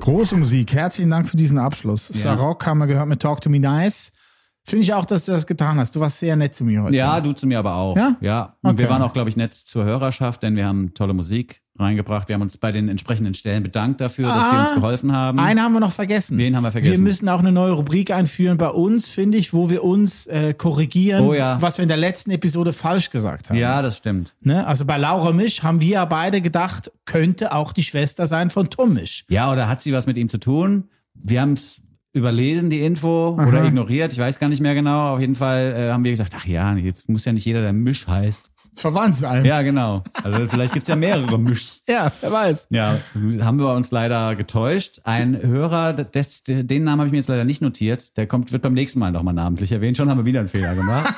Speaker 4: Große Musik. Herzlichen Dank für diesen Abschluss. Sarok haben wir gehört mit Talk to Me Nice. Finde ich auch, dass du das getan hast. Du warst sehr nett zu mir heute.
Speaker 3: Ja, du zu mir aber auch.
Speaker 4: Ja?
Speaker 3: ja. Und wir
Speaker 4: Okay.
Speaker 3: waren auch, glaube ich, nett zur Hörerschaft, denn wir haben tolle Musik reingebracht. Wir haben uns bei den entsprechenden Stellen bedankt dafür, dass die
Speaker 4: Ah,
Speaker 3: uns geholfen haben.
Speaker 4: Einen haben wir noch vergessen.
Speaker 3: Wen Hm. haben wir vergessen?
Speaker 4: Wir müssen auch eine neue Rubrik einführen bei uns, finde ich, wo wir uns äh, korrigieren,
Speaker 3: Oh ja.
Speaker 4: was wir in der letzten Episode falsch gesagt haben.
Speaker 3: Ja, das stimmt.
Speaker 4: Ne? Also bei Laura Misch haben wir ja beide gedacht, könnte auch die Schwester sein von Tom Misch.
Speaker 3: Ja, oder hat sie was mit ihm zu tun? Wir haben es überlesen, die Info, oder ignoriert. Ich weiß gar nicht mehr genau. Auf jeden Fall äh, haben wir gesagt, ach ja, jetzt muss ja nicht jeder, der Misch heißt.
Speaker 4: Verwandt sein.
Speaker 3: Ja, genau. Also vielleicht gibt's ja mehrere Mischs.
Speaker 4: ja, wer weiß.
Speaker 3: Ja, haben wir uns leider getäuscht. Ein Hörer, des, den Namen habe ich mir jetzt leider nicht notiert. Der kommt, wird beim nächsten Mal nochmal namentlich erwähnt. Schon haben wir wieder einen Fehler gemacht.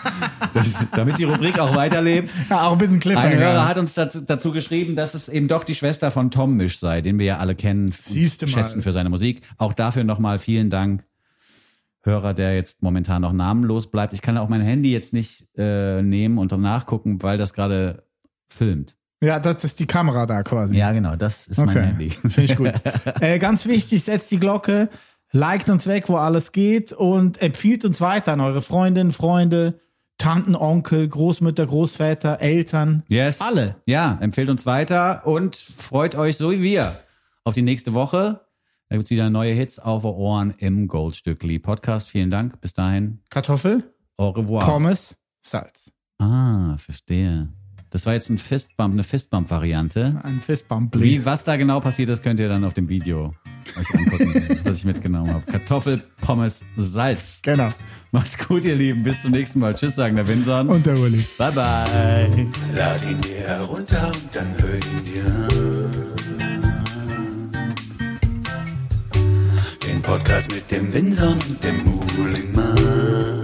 Speaker 3: Das, damit die Rubrik auch weiterlebt.
Speaker 4: Ja, auch ein bisschen
Speaker 3: Ein Hörer
Speaker 4: Cliffhanger.
Speaker 3: hat uns dazu, dazu geschrieben, dass es eben doch die Schwester von Tom Misch sei, den wir ja alle kennen und
Speaker 4: Siehste mal.
Speaker 3: schätzen für seine Musik. Auch dafür nochmal vielen Dank. Hörer, der jetzt momentan noch namenlos bleibt. Ich kann auch mein Handy jetzt nicht äh, nehmen und danach gucken, weil das gerade filmt.
Speaker 4: Ja, das ist die Kamera da quasi.
Speaker 3: Ja, genau, das ist mein Handy.
Speaker 4: Finde ich gut. äh, ganz wichtig, setzt die Glocke, liked uns weg, wo alles geht und empfiehlt uns weiter an eure Freundinnen, Freunde, Tanten, Onkel, Großmütter, Großväter, Eltern.
Speaker 3: Yes.
Speaker 4: Alle.
Speaker 3: Ja, empfehlt uns weiter und freut euch so wie wir auf die nächste Woche. Da gibt's wieder neue Hits auf die Ohren im Goldstückli Podcast. Vielen Dank. Bis dahin.
Speaker 4: Kartoffel,
Speaker 3: Au revoir.
Speaker 4: Pommes, Salz.
Speaker 3: Ah, verstehe. Das war jetzt ein Fistbump, eine Fistbump-Variante.
Speaker 4: Ein Fistbump.
Speaker 3: Wie, was da genau passiert ist, könnt ihr dann auf dem Video euch angucken, was ich mitgenommen habe. Kartoffel, Pommes, Salz.
Speaker 4: Genau.
Speaker 3: Macht's gut, ihr Lieben. Bis zum nächsten Mal. Tschüss, sagen der Winsan.
Speaker 4: Und der Uli.
Speaker 3: bye, bye.
Speaker 5: Lad ihn dir herunter und dann hör ihn dir an. Den Podcast mit dem Windsor und dem Mullingmann.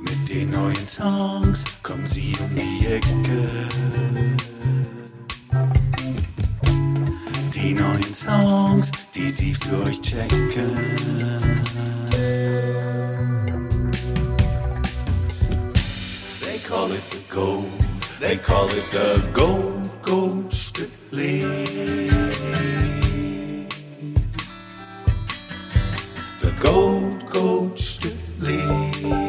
Speaker 5: Mit den neuen Songs kommen sie um die Ecke. Die neuen Songs, die sie für euch checken. They call it the gold. They call it the gold, gold strip league. The gold, gold strip league.